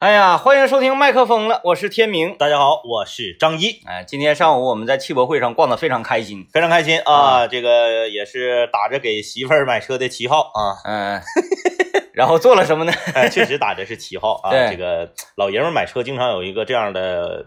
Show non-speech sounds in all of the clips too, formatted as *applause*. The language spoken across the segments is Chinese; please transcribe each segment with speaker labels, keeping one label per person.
Speaker 1: 哎呀，欢迎收听麦克风了，我是天明。
Speaker 2: 大家好，我是张一，
Speaker 1: 哎，今天上午我们在汽博会上逛得非常开心。
Speaker 2: 非常开心啊！这个也是打着给媳妇儿买车的旗号啊， *laughs*
Speaker 1: 嗯，然后做了什么呢？
Speaker 2: 哎确实打着是旗号啊。
Speaker 1: 对
Speaker 2: 这个老爷们儿买车经常有一个这样的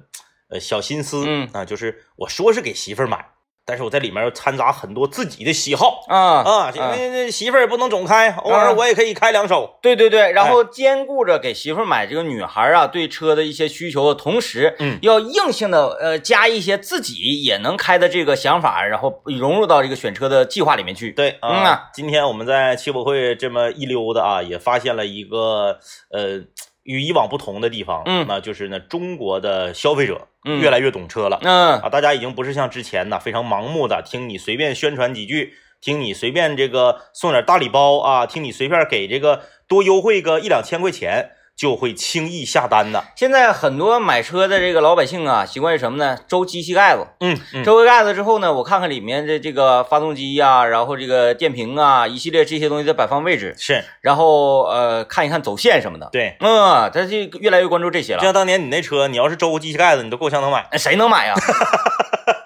Speaker 2: 呃小心思，
Speaker 1: 嗯
Speaker 2: 啊，就是我说是给媳妇儿买，但是我在里面又掺杂很多自己的喜好
Speaker 1: 啊
Speaker 2: 啊，因为这媳妇儿也不能总开，偶尔我也可以开两手。
Speaker 1: 对对对，然后兼顾着给媳妇儿买这个女孩啊对车的一些需求的同时，
Speaker 2: 嗯
Speaker 1: 要硬性的呃加一些自己也能开的这个想法，然后融入到这个选车的计划里面去。
Speaker 2: 对
Speaker 1: 嗯啊
Speaker 2: 啊，今天我们在汽博会这么一溜达啊，也发现了一个呃与以往不同的地方，
Speaker 1: 嗯
Speaker 2: 那就是呢中国的消费者
Speaker 1: 嗯
Speaker 2: 越来越懂车了。
Speaker 1: 嗯
Speaker 2: 啊，大家已经不是像之前呐非常盲目的听你随便宣传几句，听你随便这个送点大礼包啊，听你随便给这个多优惠个一两千块钱就会轻易下单的。
Speaker 1: 现在很多买车的这个老百姓啊，习惯于什么呢？周机器盖子。
Speaker 2: 嗯嗯，
Speaker 1: 周围盖子之后呢，我看看里面的这个发动机呀、然后这个电瓶啊，一系列这些东西的摆放位置，
Speaker 2: 是
Speaker 1: 然后呃看一看走线什么的。
Speaker 2: 对，
Speaker 1: 嗯，他就越来越关注这些
Speaker 2: 就
Speaker 1: 了。
Speaker 2: *laughs*
Speaker 1: 哎
Speaker 2: 像当年你那车，你要是周个机器盖子，你都够呛能买。
Speaker 1: 谁能买呀？啊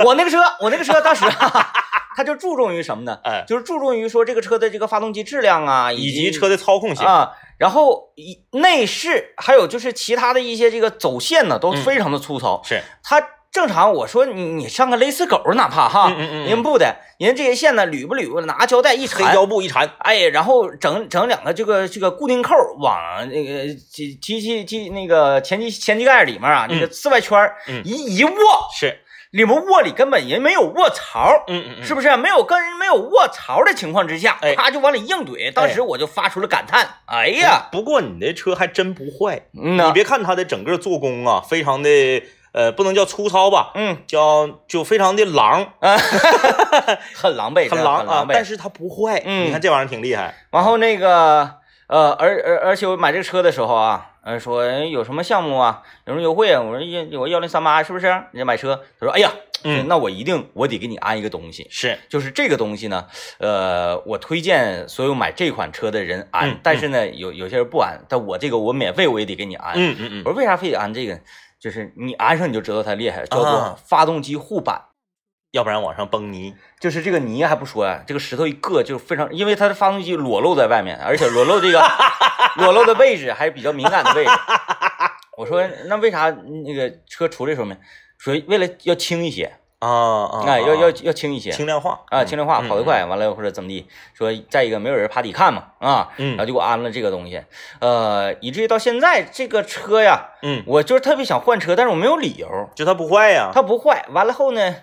Speaker 1: 我那个车，我那个车当时啊，他就注重于什么呢？
Speaker 2: *laughs* 哎，
Speaker 1: 就是注重于说这个车的这个发动机质量啊，
Speaker 2: 以
Speaker 1: 及
Speaker 2: 及车的操控性，
Speaker 1: 啊，然后一内饰还有就是其他的一些这个走线呢，
Speaker 2: 嗯
Speaker 1: 都非常的粗糙。
Speaker 2: 是
Speaker 1: 他正常，我说你你上个勒死狗，哪怕哈，
Speaker 2: 嗯嗯嗯嗯
Speaker 1: 人家不的，人家这些线呢捋吧捋吧，拿胶带一
Speaker 2: 黑
Speaker 1: 缠，
Speaker 2: 胶布一缠，
Speaker 1: 哎，然后整整两个这个这个固定扣往那个机机器机那个前机前机盖里面啊，那个四外圈儿
Speaker 2: 嗯
Speaker 1: 一一握，
Speaker 2: 是，
Speaker 1: 里面握里根本人没有卧槽。
Speaker 2: 嗯嗯嗯，
Speaker 1: 是不是没有跟没有卧槽的情况之下，
Speaker 2: 哎
Speaker 1: 啪就往里硬怼？当时我就发出了感叹：“哎呀，
Speaker 2: 不过你那车还真不坏，
Speaker 1: 嗯
Speaker 2: 你
Speaker 1: 呐，
Speaker 2: 别看它的整个做工啊，非常的呃，不能叫粗糙吧，
Speaker 1: 嗯，
Speaker 2: 叫就非常的狼，
Speaker 1: 哎很狼狈，真
Speaker 2: 很
Speaker 1: 的
Speaker 2: 狼
Speaker 1: 狼
Speaker 2: 啊，
Speaker 1: 狈。
Speaker 2: 但是它不坏。
Speaker 1: 嗯
Speaker 2: 你看这玩意儿挺厉害。
Speaker 1: 然后那个呃，而而而且我买这个车的时候啊，呃，说哎有什么项目啊，有什么优惠啊？我说一我幺零三八是不是？你买车？他说哎呀，
Speaker 2: 嗯
Speaker 1: 那我一定我得给你安一个东西，
Speaker 2: 是，
Speaker 1: 就是这个东西呢，呃，我推荐所有买这款车的人安，
Speaker 2: 嗯
Speaker 1: 但是呢，有有些人不安，但我这个我免费我也得给你安。
Speaker 2: 嗯嗯
Speaker 1: *laughs* 我说为啥非得安这个？就是你安上你就知道它厉害，叫做
Speaker 2: 啊
Speaker 1: 发动机护板。
Speaker 2: 要不然往上崩泥。
Speaker 1: 就是这个泥还不说呀、这个石头一硌就非常，因为它的发动机裸露在外面，而且裸露
Speaker 2: *laughs*
Speaker 1: 这个裸露的位置还是比较敏感的位置。我说那为啥那个车出这时候没？说为了要轻一些，
Speaker 2: 啊啊，
Speaker 1: 哎，要要
Speaker 2: 啊
Speaker 1: 要轻一些
Speaker 2: 轻量化
Speaker 1: 啊，轻量化，跑得。
Speaker 2: 嗯
Speaker 1: 快，完了或者怎么地。说再一个没有人爬底看嘛，啊，
Speaker 2: 嗯
Speaker 1: 然后就给我安了这个东西，呃，以至于到现在这个车呀，
Speaker 2: 嗯，嗯
Speaker 1: 我就是特别想换车，但是我没有理由，
Speaker 2: 就它不坏呀。
Speaker 1: 它不坏。完了后呢，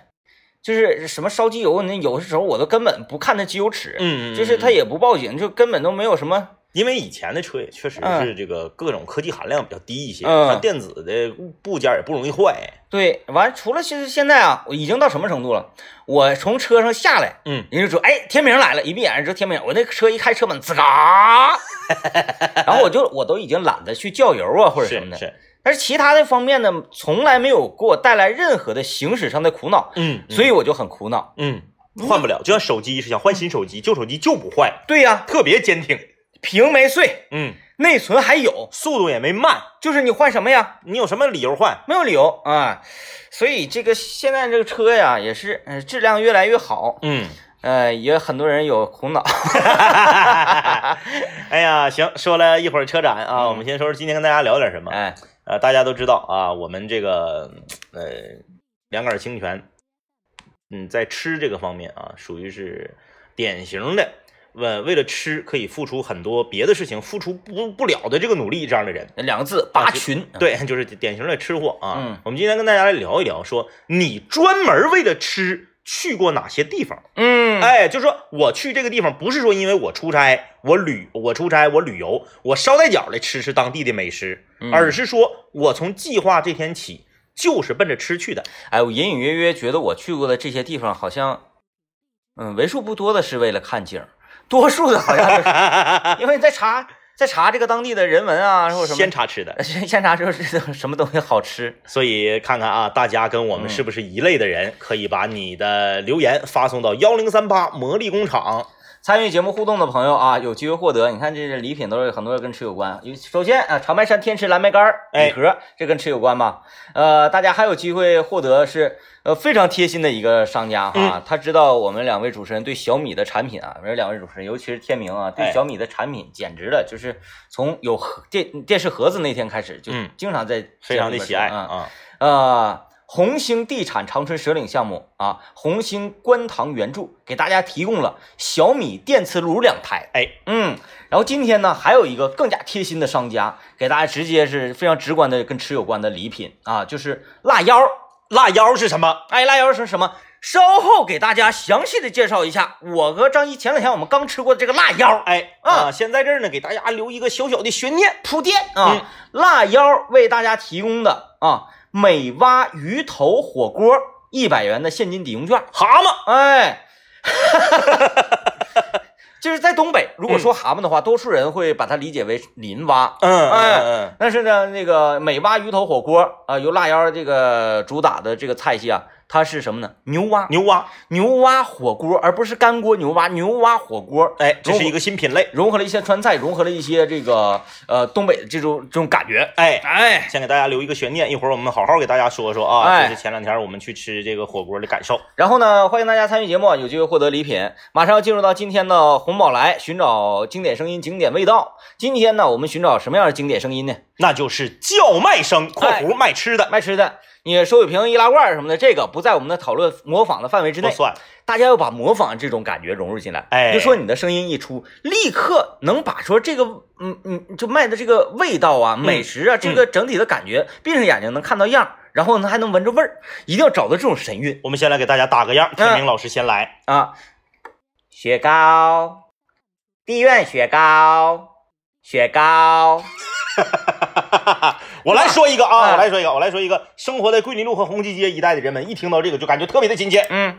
Speaker 1: 就是什么烧机油，那有的时候我都根本不看那机油尺，
Speaker 2: 嗯，嗯
Speaker 1: 就是它，
Speaker 2: 嗯
Speaker 1: 也不报警，就根本都没有什么。
Speaker 2: 因为以前的车也确实是这个各种科技含量比较低一些，
Speaker 1: 嗯
Speaker 2: 它电子的部件也不容易坏。
Speaker 1: 对，完除了现现在啊，我已经到什么程度了？我从车上下来，
Speaker 2: 嗯，
Speaker 1: 人就说：“哎，天明来了！”一闭眼就天明，我那车一开车门，吱
Speaker 2: *laughs*
Speaker 1: 嘎，然后我就我都已经懒得去叫油啊或者什么
Speaker 2: 是
Speaker 1: 的。
Speaker 2: 是，
Speaker 1: 但是其他的方面呢，从来没有给我带来任何的行驶上的苦恼，
Speaker 2: 嗯，嗯
Speaker 1: 所以我就很苦恼。
Speaker 2: 嗯，换不了，就像手机是想换新手机，旧手机就不坏，
Speaker 1: 对呀、
Speaker 2: 特别坚挺。
Speaker 1: 屏没碎，
Speaker 2: 嗯，
Speaker 1: 内存还有，
Speaker 2: 速度也没慢，
Speaker 1: 就是你换什么呀？
Speaker 2: 你有什么理由换？
Speaker 1: 没有理由啊。所以这个现在这个车呀，也是呃质量越来越好，
Speaker 2: 嗯。
Speaker 1: 呃，也很多人有苦恼。
Speaker 2: 哎呀，行，说了一会儿车展啊，我们先说说今天跟大家聊点什么。
Speaker 1: 哎，
Speaker 2: 呃，大家都知道啊，我们这个呃两杆儿清泉，嗯，在吃这个方面啊，属于是典型的呃为为了吃可以付出很多别的事情付出不不了的这个努力这样的人。
Speaker 1: 两个字，拔群。，
Speaker 2: 对，就是典型的吃货啊。
Speaker 1: 啊嗯
Speaker 2: 我们今天跟大家来聊一聊，说你专门为了吃去过哪些地方？
Speaker 1: 嗯，
Speaker 2: 哎，就是说我去这个地方，不是说因为我出差，我旅我出差我旅游，我捎带脚来吃吃当地的美食，
Speaker 1: 嗯
Speaker 2: 而是说我从计划这天起就是奔着吃去的。
Speaker 1: 哎，我隐隐约约觉得我去过的这些地方，好像，嗯，为数不多的是为了看景儿，多数的好像就是
Speaker 2: *laughs*
Speaker 1: 因为在查在查这个当地的人文啊，或者什么。
Speaker 2: 先查吃的，
Speaker 1: 先先查就是什么东西好吃，
Speaker 2: 所以看看啊，大家跟我
Speaker 1: 嗯
Speaker 2: 们是不是一类的人？可以把你的留言发送到幺零三八魔力工厂
Speaker 1: 参与节目互动的朋友啊，有机会获得。你看这是礼品都是很多跟吃有关，有首先啊，长白山天池蓝莓干儿
Speaker 2: 哎
Speaker 1: 礼盒，这跟吃有关吧？呃，大家还有机会获得是呃非常贴心的一个商家哈、
Speaker 2: 嗯
Speaker 1: 他知道我们两位主持人对小米的产品啊，没有两位主持人，尤其是天明啊，
Speaker 2: 哎
Speaker 1: 对小米的产品简直了，就是从有盒电电视盒子那天开始就
Speaker 2: 嗯
Speaker 1: 经常在
Speaker 2: 非常的喜爱
Speaker 1: 啊。
Speaker 2: 啊，
Speaker 1: 呃，红星地产长春蛇岭项目啊，红星观塘援助给大家提供了小米电磁炉两台。
Speaker 2: 哎，
Speaker 1: 嗯，然后今天呢，还有一个更加贴心的商家，给大家直接是非常直观的跟吃有关的礼品啊，就是辣腰。
Speaker 2: 辣腰是什么？
Speaker 1: 哎，辣腰是什么？稍后给大家详细的介绍一下。我和张一前两天我们刚吃过的这个辣腰，
Speaker 2: 哎啊，先在这儿呢，给大家留一个小小的悬念。
Speaker 1: 嗯
Speaker 2: 嗯
Speaker 1: 铺垫啊，辣腰为大家提供的啊，美蛙鱼头火锅一百元的现金抵用券。
Speaker 2: 蛤蟆，
Speaker 1: 哎， *laughs* 就是在东北，如果说蛤蟆的话，多数人会把它理解为林蛙。
Speaker 2: 嗯
Speaker 1: 哎
Speaker 2: 嗯
Speaker 1: 但是呢，那个美蛙鱼头火锅啊、由辣腰这个主打的这个菜系啊，它是什么呢？牛蛙
Speaker 2: 嗯，牛蛙，
Speaker 1: 牛蛙火锅，而不是干锅牛蛙，牛蛙火锅。
Speaker 2: 哎，这是
Speaker 1: 融
Speaker 2: 一个新品类。
Speaker 1: 融合了一些川菜，融合了一些这个呃东北的这种这种感觉。
Speaker 2: 哎，
Speaker 1: 哎，
Speaker 2: 先给大家留一个悬念，一会儿我们好好给大家说说啊，
Speaker 1: 哎
Speaker 2: 这是前两天我们去吃这个火锅的感受。
Speaker 1: 然后呢，欢迎大家参与节目啊，有机会获得礼品。马上要进入到今天的红宝来，寻找经典声音、经典味道。今天呢，我们寻找什么样的经典声音呢？
Speaker 2: 那就是叫卖声（括弧卖吃的
Speaker 1: 哎卖吃的，你收水瓶、易拉罐什么的，这个不在我们的讨论模仿的范围）之
Speaker 2: 不
Speaker 1: 内。
Speaker 2: 算，
Speaker 1: 大家要把模仿这种感觉融入进来。
Speaker 2: 哎
Speaker 1: 就说你的声音一出，立刻能把说这个，嗯嗯，就卖的这个味道啊、美食啊，这个整体的感觉，闭上眼睛能看到样儿，然后呢还能闻着味儿，一定要找到这种神韵
Speaker 2: 我们先来给大家打个样，
Speaker 1: 嗯
Speaker 2: 天明老师先来。 *laughs*
Speaker 1: 啊！雪糕，地院雪糕，雪糕，
Speaker 2: 我来说一个啊，
Speaker 1: 哎
Speaker 2: 我来说一个，我来说一个。生活在桂林路和红旗街一带的人们，一听到这个就感觉特别的亲切。
Speaker 1: 嗯，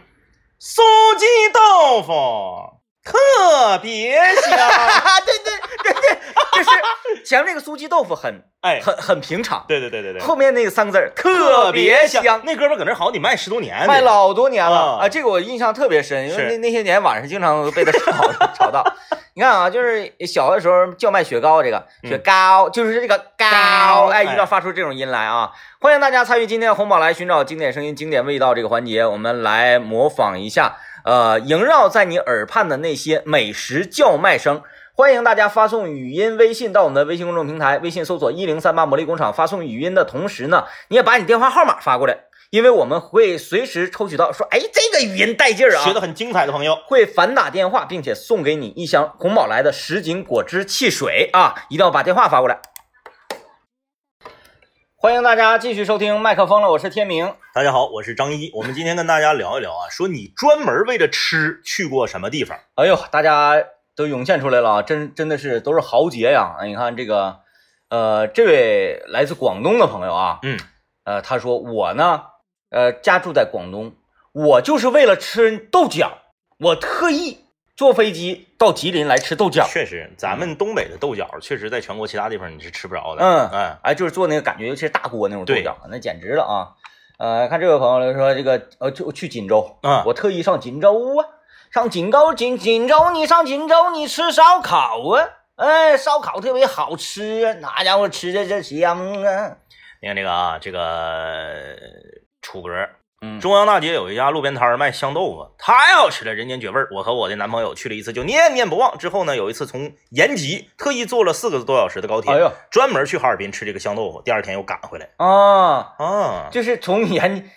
Speaker 2: 苏记豆腐特别香，
Speaker 1: 啊，对对对对，就是前面那个酥鸡豆腐很
Speaker 2: 哎，
Speaker 1: 很很平常，
Speaker 2: 对对对对对，哎
Speaker 1: 后面那个三个字儿特别香，
Speaker 2: 那哥们儿搁那儿好像得卖十多年呢，
Speaker 1: 卖老多年了
Speaker 2: 啊
Speaker 1: 啊！这个我印象特别深，因
Speaker 2: 是
Speaker 1: 为那那些年晚上经常被他 *laughs* 吵吵到。你看啊，就是小的时候叫卖雪糕，这个
Speaker 2: 嗯
Speaker 1: 雪糕就是这个高，
Speaker 2: 高
Speaker 1: 哎，一定
Speaker 2: 哎
Speaker 1: 要发出这种音来啊！欢迎大家参与今天的红宝来寻找经典声音、经典味道这个环节，我们来模仿一下，呃，萦绕在你耳畔的那些美食叫卖声。欢迎大家发送语音微信到我们的微信公众平台，微信搜索“一零三八魔力工厂”，发送语音的同时呢，你也把你电话号码发过来，因为我们会随时抽取到，说，哎，这个语音带劲儿啊，
Speaker 2: 学的很精彩的朋友，
Speaker 1: 会反打电话，并且送给你一箱红宝来的什锦果汁汽水啊！一定要把电话发过来。欢迎大家继续收听麦克风了，我是天明。
Speaker 2: 大家好，我是张一，我们今天跟大家聊一聊啊，说你专门为了吃去过什么地方？
Speaker 1: 哎呦，大家都涌现出来了啊，真真的是都是豪杰呀！哎你看这个，呃，这位来自广东的朋友啊，
Speaker 2: 嗯，
Speaker 1: 呃，他说我呢，呃，家住在广东，我就是为了吃豆角，我特意坐飞机到吉林来吃豆角。
Speaker 2: 确实，咱们东北的豆角确实在全国其他地方你是吃不着的。
Speaker 1: 嗯
Speaker 2: 嗯，
Speaker 1: 哎，就是做那个感觉，尤其是大锅那种豆
Speaker 2: 对
Speaker 1: 角，那简直了啊！呃，看这位朋友说这个，呃，就去锦州，
Speaker 2: 啊
Speaker 1: 我特意上锦州啊，上锦州锦锦州，你上锦州你吃烧烤啊，哎，烧烤特别好吃啊，那家伙吃的这香啊，
Speaker 2: 你看这个啊，这个楚格，
Speaker 1: 嗯
Speaker 2: 中央大街有一家路边摊儿卖香豆腐，太好吃了，人间绝味儿。我和我的男朋友去了一次，就念念不忘。之后呢，有一次从延吉特意坐了四个多小时的高铁，
Speaker 1: 哎呦
Speaker 2: 专门去哈尔滨吃这个香豆腐，第二天又赶回来
Speaker 1: 啊，
Speaker 2: 啊。
Speaker 1: 就是从延，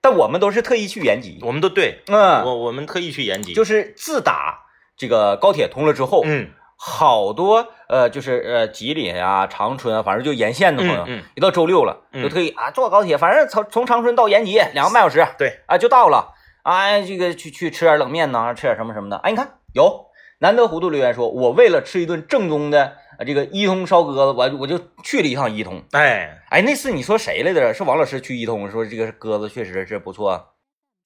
Speaker 1: 但我们都是特意去延吉，
Speaker 2: 我们都对，
Speaker 1: 嗯，
Speaker 2: 我我们特意去延吉，
Speaker 1: 就是自打这个高铁通了之后，
Speaker 2: 嗯
Speaker 1: 好多呃，就是呃，吉林啊、长春啊，反正就沿线的朋友，
Speaker 2: 嗯嗯
Speaker 1: 一到周六了，
Speaker 2: 嗯
Speaker 1: 就特意啊坐高铁，反正从从长春到延吉两个半小时，
Speaker 2: 对
Speaker 1: 啊就到了，啊这个去去吃点冷面呐，吃点什么什么的，哎你看有难得糊涂留言说，我为了吃一顿正宗的、呃这个一通烧鸽子，我我就去了一趟一通，
Speaker 2: 哎
Speaker 1: 哎那次你说谁来着？是王老师去一通说这个鸽子确实是不错，啊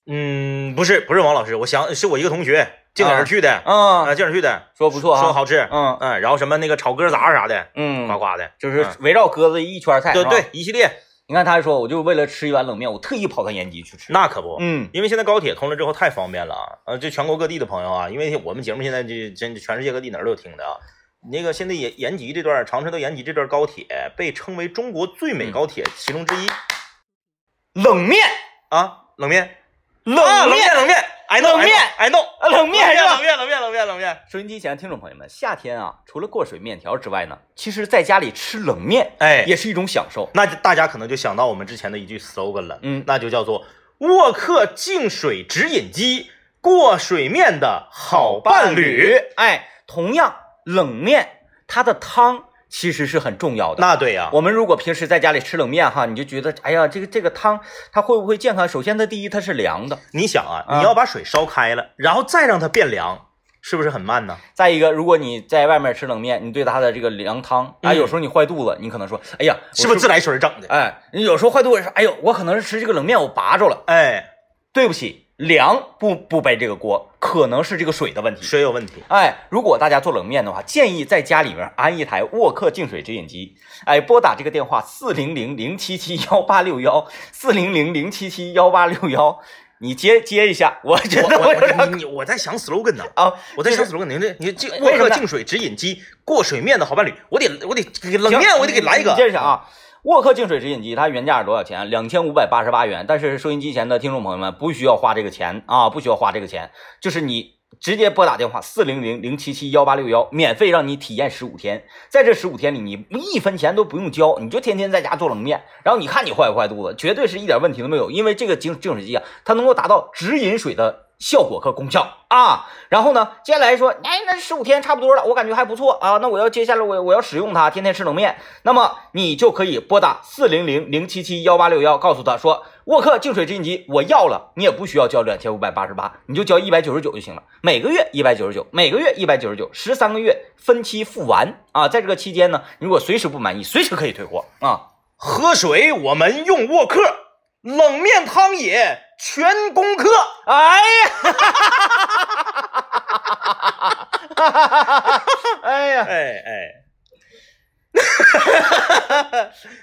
Speaker 2: 嗯，不是不是王老师，我想是我一个同学净哪儿去的
Speaker 1: 啊
Speaker 2: 啊，净哪儿去的，
Speaker 1: 说不错啊，
Speaker 2: 说好吃，
Speaker 1: 嗯
Speaker 2: 嗯，然后什么那个炒鸽杂啥的，
Speaker 1: 嗯
Speaker 2: 呱，呱的，
Speaker 1: 就是
Speaker 2: 嗯
Speaker 1: 围绕鸽子一圈菜，
Speaker 2: 对
Speaker 1: 是吧
Speaker 2: 对，一系列
Speaker 1: 你看他说，我就为了吃一碗冷面，我特意跑到延吉去吃。
Speaker 2: 那可不，
Speaker 1: 嗯，
Speaker 2: 因为现在高铁通了之后太方便了啊！呃，就全国各地的朋友啊，因为我们节目现在这真全世界各地哪儿都有听的啊。那个现在延延吉这段长春到延吉这段高铁被称为中国最
Speaker 1: 嗯
Speaker 2: 美高铁其中之一、
Speaker 1: 冷面，
Speaker 2: 啊，冷面，
Speaker 1: 冷
Speaker 2: 啊冷
Speaker 1: 面，
Speaker 2: 面，冷面，哎
Speaker 1: 冷面
Speaker 2: 哎弄，
Speaker 1: 啊，冷面是
Speaker 2: 冷
Speaker 1: 吧？
Speaker 2: 面，冷面，冷面，冷面，
Speaker 1: 收音机前的听众朋友们，夏天啊，除了过水面条之外呢，其实在家里吃冷面
Speaker 2: 哎，
Speaker 1: 也是一种享受。
Speaker 2: 那就大家可能就想到我们之前的一句 slogan 了，
Speaker 1: 嗯
Speaker 2: 那就叫做沃克净水直饮机，过水面的好伴侣。，
Speaker 1: 哎，同样冷面它的汤其实是很重要的。
Speaker 2: 那对呀、
Speaker 1: 我们如果平时在家里吃冷面哈，你就觉得，哎呀，这个这个汤它会不会健康？首先，它第一它是凉的，
Speaker 2: 你想啊，
Speaker 1: 啊
Speaker 2: 你要把水烧开了，然后再让它变凉，是不是很慢呢？
Speaker 1: 再一个，如果你在外面吃冷面，你对它的这个凉汤，哎，
Speaker 2: 嗯
Speaker 1: 有时候你坏肚子，你可能说，哎呀，我
Speaker 2: 是不是自来水整的？
Speaker 1: 哎，你有时候坏肚子说，哎呦，我可能是吃这个冷面我拔着了，
Speaker 2: 哎，
Speaker 1: 对不起，凉不不背这个锅，可能是这个水的问题。
Speaker 2: 水有问
Speaker 1: *laughs*
Speaker 2: 题。
Speaker 1: 哎，如果大家做冷面的话，建议在家里面安一台沃克净水直饮机。哎，拨打这个电话四零零零七七幺八六幺四零零零七七幺八六幺，你接接一下，我觉
Speaker 2: 我
Speaker 1: 得我有点
Speaker 2: 我你你我在想 slogan 呢，
Speaker 1: 啊，
Speaker 2: 我在
Speaker 1: 就
Speaker 2: 想
Speaker 1: 是
Speaker 2: slogan 呢。这你这
Speaker 1: 为
Speaker 2: 沃
Speaker 1: 什么
Speaker 2: 克
Speaker 1: 呢
Speaker 2: 净水直饮机过水面的好伴侣，我得我得冷面
Speaker 1: 行
Speaker 2: 我得给来一个
Speaker 1: 你。接着想啊，沃克净水直饮机它原价是多少钱？两千五百八十八元。但是收音机前的听众朋友们不需要花这个钱啊，不需要花这个钱，就是你。直接拨打电话四零零零七七幺八六幺，免费让你体验十五天。在这十五天里，你一分钱都不用交，你就天天在家做冷面，然后你看你坏不坏肚子，绝对是一点问题都没有。因为这个净净水机啊，它能够达到直饮水的效果和功效啊。然后呢，接下来说，哎，那十五天差不多了，我感觉还不错啊。那我要接下来我我要使用它，天天吃冷面。那么你就可以拨打四零零零七七幺八六幺，告诉他说，沃克净水直饮机我要了，你也不需要交两千五百八十八，你就交一百九十九就行了，每个月一百九十九，每个月一百九十九，十三个月分期付完啊。在这个期间呢，如果随时不满意，随时可以退货啊。
Speaker 2: 喝水我们用沃克，冷面汤也全攻克。
Speaker 1: 哎呀， *laughs* 哎呀，
Speaker 2: 哎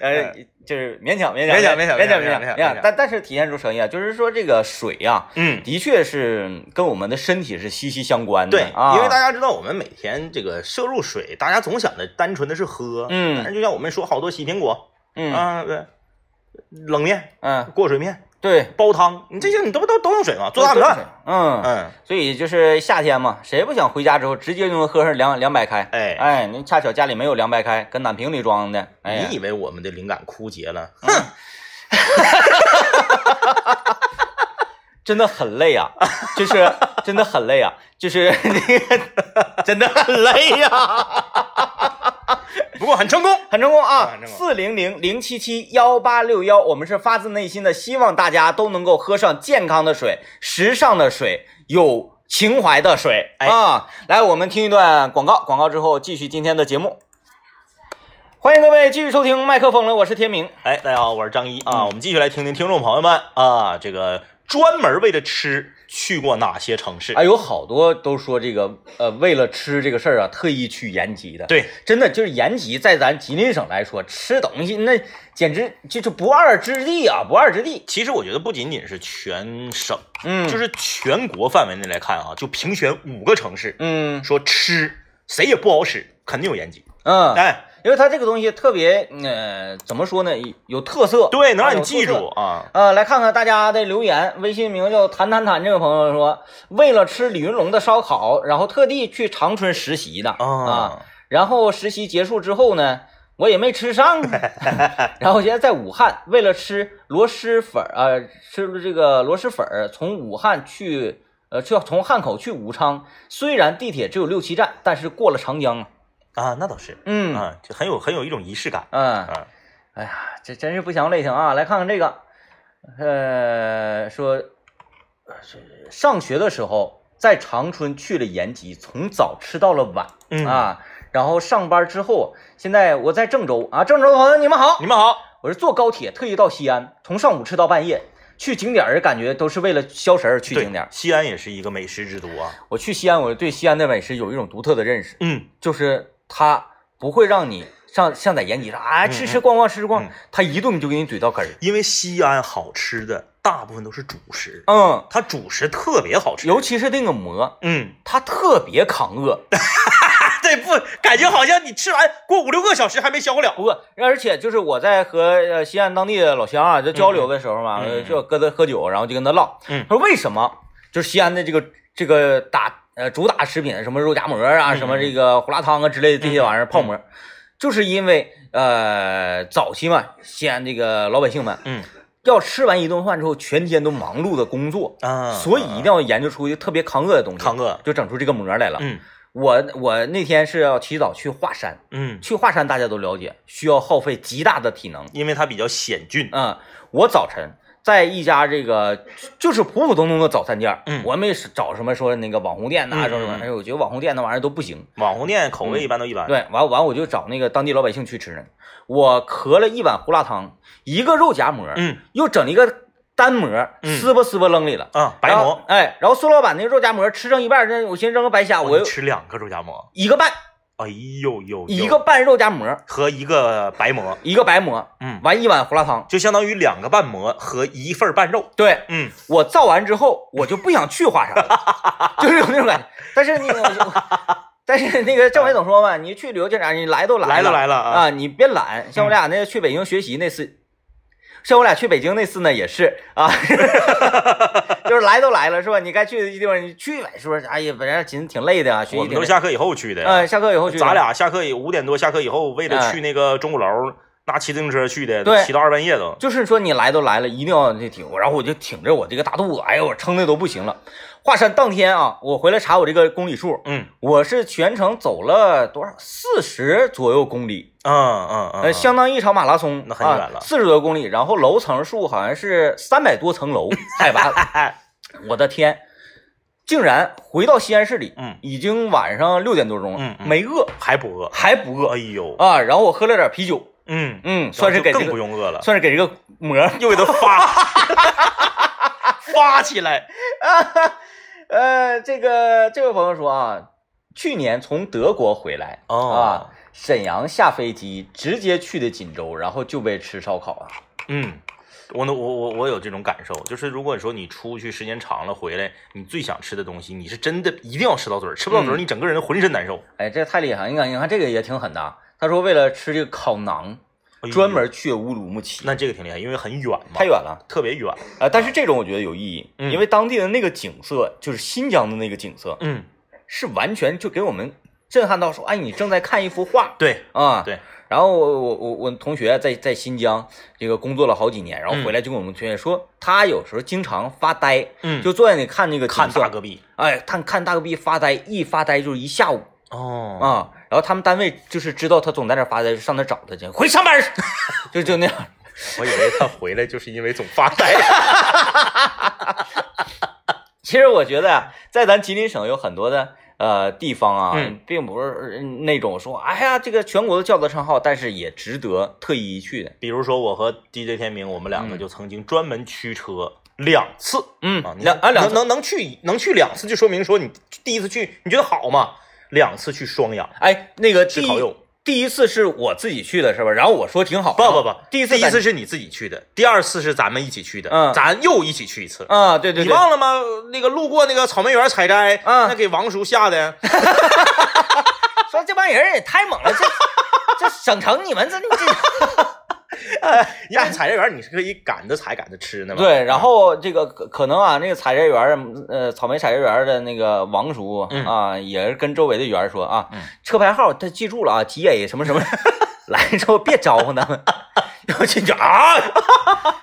Speaker 2: 哎，
Speaker 1: 呃，就是勉强勉
Speaker 2: 嗯
Speaker 1: 强
Speaker 2: 勉强
Speaker 1: 勉
Speaker 2: 勉
Speaker 1: 勉
Speaker 2: 强
Speaker 1: 强
Speaker 2: 勉强
Speaker 1: 勉
Speaker 2: 勉强勉强
Speaker 1: 但但是体现出诚意啊，就是说这个水呀、
Speaker 2: 嗯，
Speaker 1: 的确是跟我们的身体是息息相关的，
Speaker 2: 对，
Speaker 1: 啊、
Speaker 2: 因为大家知道我们每天这个摄入水，大家总想的单纯的是喝，
Speaker 1: 嗯
Speaker 2: 但是就像我们说好多洗苹果
Speaker 1: 嗯
Speaker 2: 啊，对，冷面、
Speaker 1: 嗯
Speaker 2: 过水面、
Speaker 1: 对，
Speaker 2: 煲汤，你这些你都不都都用水吗？做大米
Speaker 1: 嗯都是
Speaker 2: 饭，
Speaker 1: 嗯，
Speaker 2: 嗯，
Speaker 1: 所以就是夏天嘛，谁不想回家之后直接就能喝上凉凉白开？
Speaker 2: 哎
Speaker 1: 哎，您恰巧家里没有凉白开，跟奶瓶里装的，哎呀
Speaker 2: 你以为我们的灵感枯竭了？ *laughs*
Speaker 1: 真的很累啊，就是真的很累啊，就是 *laughs* 那个真的很累呀、
Speaker 2: 哎 *laughs* 不过很成功。
Speaker 1: 很成功啊
Speaker 2: 很！成
Speaker 1: 四零零零七七幺八六幺，我们是发自内心的希望大家都能够喝上健康的水、时尚的水、有情怀的水、
Speaker 2: 哎
Speaker 1: 啊！来，我们听一段广告，广告之后继续今天的节目。欢迎各位继续收听麦克风了，我是天明。
Speaker 2: 哎，大家好，我是张一
Speaker 1: 嗯
Speaker 2: 啊，我们继续来听听听众朋友们啊，这个专门为了吃去过哪些城市？
Speaker 1: 哎，有好多都说这个呃，为了吃这个事儿啊，特意去延吉的。，
Speaker 2: 对，
Speaker 1: 真的就是延吉，在咱吉林省来说，吃东西那简直就就不二之地啊，不二之地。
Speaker 2: 其实我觉得不仅仅是全省，
Speaker 1: 嗯，
Speaker 2: 就是全国范围内来看啊，就评选五个城市，
Speaker 1: 嗯
Speaker 2: 说吃谁也不好使，肯定有延吉。
Speaker 1: 嗯，
Speaker 2: 哎，
Speaker 1: 因为它这个东西特别，嗯呃，怎么说呢，有特色，
Speaker 2: 对，能
Speaker 1: 啊
Speaker 2: 让你记。
Speaker 1: 有
Speaker 2: 住
Speaker 1: 特色
Speaker 2: 啊。
Speaker 1: 呃，来看看大家的留言，微信名叫“谭谭谭”这位朋友说，为了吃李云龙的烧烤，然后特地去长春实习的、啊，
Speaker 2: 啊，
Speaker 1: 然后实习结束之后呢，我也没吃
Speaker 2: *laughs*
Speaker 1: 上，然后现在在武汉，为了吃螺蛳粉儿啊、呃，吃这个螺蛳粉儿，从武汉去，呃，去从汉口去武昌，虽然地铁只有六七站，但是过了长江啊，
Speaker 2: 啊，那倒是，
Speaker 1: 嗯
Speaker 2: 啊，就很有很有一种仪式感
Speaker 1: 嗯
Speaker 2: 啊。
Speaker 1: 哎呀，这真是不祥类型啊！来看看这个，呃，说呃是上学的时候在长春去了延吉，从早吃到了晚、
Speaker 2: 嗯
Speaker 1: 啊。然后上班之后，现在我在郑州啊，郑州的朋友你们好
Speaker 2: 你，们好，
Speaker 1: 我是坐高铁特意到西安，从上午吃到半夜。去景点儿感觉都是为了消食儿去景
Speaker 2: 对
Speaker 1: 点儿。
Speaker 2: 西安也是一个美食之都啊。
Speaker 1: 我去西安，我对西安的美食有一种独特的认识，
Speaker 2: 嗯，
Speaker 1: 就是它不会让你像像在延吉上，哎，吃吃逛逛吃吃
Speaker 2: 嗯
Speaker 1: 逛，他一顿就给你怼到根儿。
Speaker 2: 因为西安好吃的大部分都是主食，
Speaker 1: 嗯，
Speaker 2: 它主食特别好吃。
Speaker 1: 尤其是那个馍，
Speaker 2: 嗯， *laughs*
Speaker 1: 它特别抗饿，
Speaker 2: 对不？感觉好像你吃完过五六个小时还没消化了。
Speaker 1: 不过而且就是我在和呃西安当地的老乡啊就交流的时候嘛，
Speaker 2: 嗯嗯
Speaker 1: 呃就跟他喝酒，然后就跟他唠，
Speaker 2: 嗯
Speaker 1: 他说为什么就是西安的这个这个打呃主打食品什么肉夹馍啊，
Speaker 2: 嗯
Speaker 1: 什么这个胡辣汤啊之类的这些玩意儿、泡馍，就是因为呃早期嘛，西安这个老百姓们
Speaker 2: 嗯
Speaker 1: 要吃完一顿饭之后，全天都忙碌的工作，
Speaker 2: 啊，
Speaker 1: 所以一定要研究出一个特别抗饿的东西，
Speaker 2: 康哥，
Speaker 1: 就整出这个馍来了。
Speaker 2: 嗯
Speaker 1: 我我那天是要起早去华山，
Speaker 2: 嗯，
Speaker 1: 去华山大家都了解，需要耗费极大的体能。
Speaker 2: 因为它比较险峻。
Speaker 1: 嗯，我早晨在一家这个就是普普通通的早餐店儿，
Speaker 2: 嗯
Speaker 1: 我没找什么说那个网红店呐、
Speaker 2: 嗯
Speaker 1: 什么什么，
Speaker 2: 嗯
Speaker 1: 哎，我觉得网红店那玩意儿都不行。
Speaker 2: 网红店口味一般都一般。，
Speaker 1: 嗯对，完完我就找那个当地老百姓去吃呢。我磕了一碗胡辣汤，一个肉夹馍，
Speaker 2: 嗯
Speaker 1: 又整了一个单馍，
Speaker 2: 嗯
Speaker 1: 撕吧撕吧扔里了。
Speaker 2: 啊，白
Speaker 1: 然后
Speaker 2: 馍，，
Speaker 1: 哎，然后孙老板那个肉夹馍吃剩一半儿，那我寻思扔个白瞎，啊
Speaker 2: 哦
Speaker 1: 我
Speaker 2: 你
Speaker 1: 又
Speaker 2: 吃两个肉夹馍，
Speaker 1: 一个半，
Speaker 2: 哎呦呦，呦
Speaker 1: 一个半肉夹馍，
Speaker 2: 和一个白馍，
Speaker 1: 一个白馍，
Speaker 2: 嗯，
Speaker 1: 完一碗胡辣汤。
Speaker 2: 就相当于两个半馍和一份半肉。
Speaker 1: 对，
Speaker 2: 嗯，
Speaker 1: 我造完之后，我就不想去华山了，
Speaker 2: *laughs*
Speaker 1: 就是有那种感觉。但是那个，我但是那个政委总说嘛，你去旅游检查，你来都
Speaker 2: 来
Speaker 1: 了
Speaker 2: 了来了啊
Speaker 1: 啊，你别懒。像我俩那去北京学习那次，像我俩去北京那次呢，也是啊， *laughs* 就是来都来了是吧？你该去的地方你去呗，是不是？哎呀，本来挺挺累的啊，学
Speaker 2: 我
Speaker 1: 习
Speaker 2: 们
Speaker 1: 挺
Speaker 2: 都
Speaker 1: 累。
Speaker 2: 下课以后去的呀。啊
Speaker 1: 嗯，下课以后去。
Speaker 2: 咱俩下课以五点多下课以后，为了
Speaker 1: 哎
Speaker 2: 去那个钟鼓楼，那骑自行车去的，
Speaker 1: 对
Speaker 2: 骑到二半夜都。
Speaker 1: 就是说你来都来了，一定要那挺。然后我就挺着我这个大肚子，哎呦，我撑的都不行了。华山当天啊，我回来查我这个公里数，
Speaker 2: 嗯
Speaker 1: 我是全程走了多少？四十左右公里，
Speaker 2: 嗯嗯嗯，
Speaker 1: 呃，相当于一场马拉松，啊
Speaker 2: 那很远了
Speaker 1: 四十、40多公里。然后楼层数好像是三百多层
Speaker 2: *laughs*
Speaker 1: 楼，海拔，
Speaker 2: 哎，
Speaker 1: 我的天！竟然回到西安市里，
Speaker 2: 嗯
Speaker 1: 已经晚上六点多钟了，
Speaker 2: 嗯嗯
Speaker 1: 没饿，
Speaker 2: 还不饿？
Speaker 1: 还不饿
Speaker 2: 哎呦，
Speaker 1: 啊。然后我喝了点啤酒，
Speaker 2: 嗯，
Speaker 1: 嗯，算是给
Speaker 2: 然后
Speaker 1: 这
Speaker 2: 就更不
Speaker 1: 个，
Speaker 2: 用饿了，
Speaker 1: 算是给这个膜儿
Speaker 2: *laughs* 又给它发 *laughs* 发起来。
Speaker 1: 呃，这个这位朋友说啊，去年从德国回来、
Speaker 2: 哦
Speaker 1: 啊，沈阳下飞机直接去的锦州，然后就被吃烧烤啊了。
Speaker 2: 嗯，我能我我我有这种感受，就是如果说你出去时间长了回来，你最想吃的东西，你是真的一定要吃到嘴儿，吃不到嘴儿、
Speaker 1: 嗯
Speaker 2: 你整个人浑身难受。
Speaker 1: 哎，这太厉害！你看，你看这个也挺狠的。他说为了吃这个烤馕，
Speaker 2: 哎呦
Speaker 1: 专门去乌鲁木齐，
Speaker 2: 那这个挺厉害，因为很远嘛，
Speaker 1: 太远了。
Speaker 2: 特别远。
Speaker 1: 呃，但是这种我觉得有意义，
Speaker 2: 嗯
Speaker 1: 因为当地的那个景色，就是新疆的那个景色，
Speaker 2: 嗯，
Speaker 1: 是完全就给我们震撼到说，哎，你正在看一幅画
Speaker 2: 对
Speaker 1: 啊。
Speaker 2: 对，
Speaker 1: 然后我我我我同学在在新疆这个工作了好几年，然后
Speaker 2: 嗯
Speaker 1: 回来就跟我们推荐说，他有时候经常发呆，
Speaker 2: 嗯
Speaker 1: 就坐在那里看那个景
Speaker 2: 看
Speaker 1: 色
Speaker 2: 大戈壁。
Speaker 1: 哎，看看大戈壁发呆，一发呆就是一下午
Speaker 2: 哦
Speaker 1: 啊。然后他们单位就是知道他总在那儿发呆，就上那儿找他去，回上班去，就就那样。 *laughs*
Speaker 2: 我以为他回来就是因为总发呆。 *laughs*
Speaker 1: 其实我觉得啊，在咱吉林省有很多的呃地方啊，
Speaker 2: 嗯
Speaker 1: 并不是那种说哎呀这个全国都叫得上号，但是也值得特意一去的。
Speaker 2: 比如说我和 DJ 天明，我们两个就曾经专门驱车两次、
Speaker 1: 嗯
Speaker 2: 啊，，你
Speaker 1: 两啊两
Speaker 2: 能能能去能去两次，就说明说你第一次去你觉得好嘛？两次去双阳，
Speaker 1: 哎，那个
Speaker 2: 吃
Speaker 1: 第
Speaker 2: 烤
Speaker 1: 一
Speaker 2: 肉
Speaker 1: 第一次是我自己去的，是吧？然后我说挺好。
Speaker 2: 不不不，
Speaker 1: 第一次
Speaker 2: 第一
Speaker 1: 感
Speaker 2: 次是你自己去的，第二次是咱们一起去的，
Speaker 1: 嗯
Speaker 2: 咱又一起去一次。
Speaker 1: 啊，对对
Speaker 2: 你
Speaker 1: 对，
Speaker 2: 忘了吗？那个路过那个草莓园采摘，
Speaker 1: 嗯
Speaker 2: 那给王叔吓的，
Speaker 1: 说这帮人也太猛了， *laughs* 这这省城你们这这
Speaker 2: 因为采摘园你是可以赶着采赶着吃的嘛。
Speaker 1: 对。然后这个可可能啊，那个采摘园儿呃草莓采摘园儿的那个王叔
Speaker 2: 嗯
Speaker 1: 啊，也是跟周围的园儿说啊
Speaker 2: 嗯，
Speaker 1: 车牌号他记住了啊，GA 什么 *laughs* 什么，来之后别招呼他 *laughs* 们。然
Speaker 2: *laughs*
Speaker 1: 后进去 *laughs* 啊，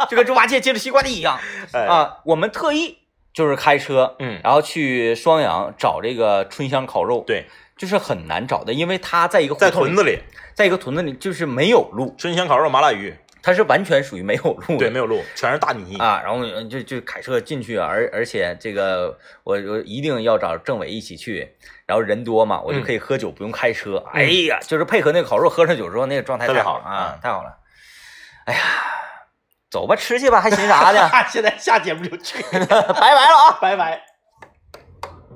Speaker 1: 就跟猪八戒接了西瓜地一样
Speaker 2: 哎，
Speaker 1: 啊！我们特意就是开车，
Speaker 2: 嗯，
Speaker 1: 然后去双阳找这个春香烤肉，，
Speaker 2: 对，
Speaker 1: 就是很难找的，因为它在一个胡
Speaker 2: 在
Speaker 1: 同
Speaker 2: 屯
Speaker 1: 里，
Speaker 2: 子里，
Speaker 1: 在一个屯子里就是没有路，
Speaker 2: 春香烤肉、麻辣鱼，
Speaker 1: 它是完全属于没有路的。
Speaker 2: 对，没有路，全是大泥。
Speaker 1: 啊，然后呃就就开车进去，啊而而且这个我我一定要找政委一起去，然后人多嘛，我
Speaker 2: 嗯
Speaker 1: 就可以喝酒，不用开车。哎呀，就是配合那个烤肉，喝上酒之后那个状态
Speaker 2: 特别
Speaker 1: 太
Speaker 2: 好嗯
Speaker 1: 了啊，太好了。哎呀，走吧，吃去吧，还寻啥呢？ *laughs*
Speaker 2: *laughs* 现在下节目就去，
Speaker 1: 啊拜拜了啊！
Speaker 2: 拜拜。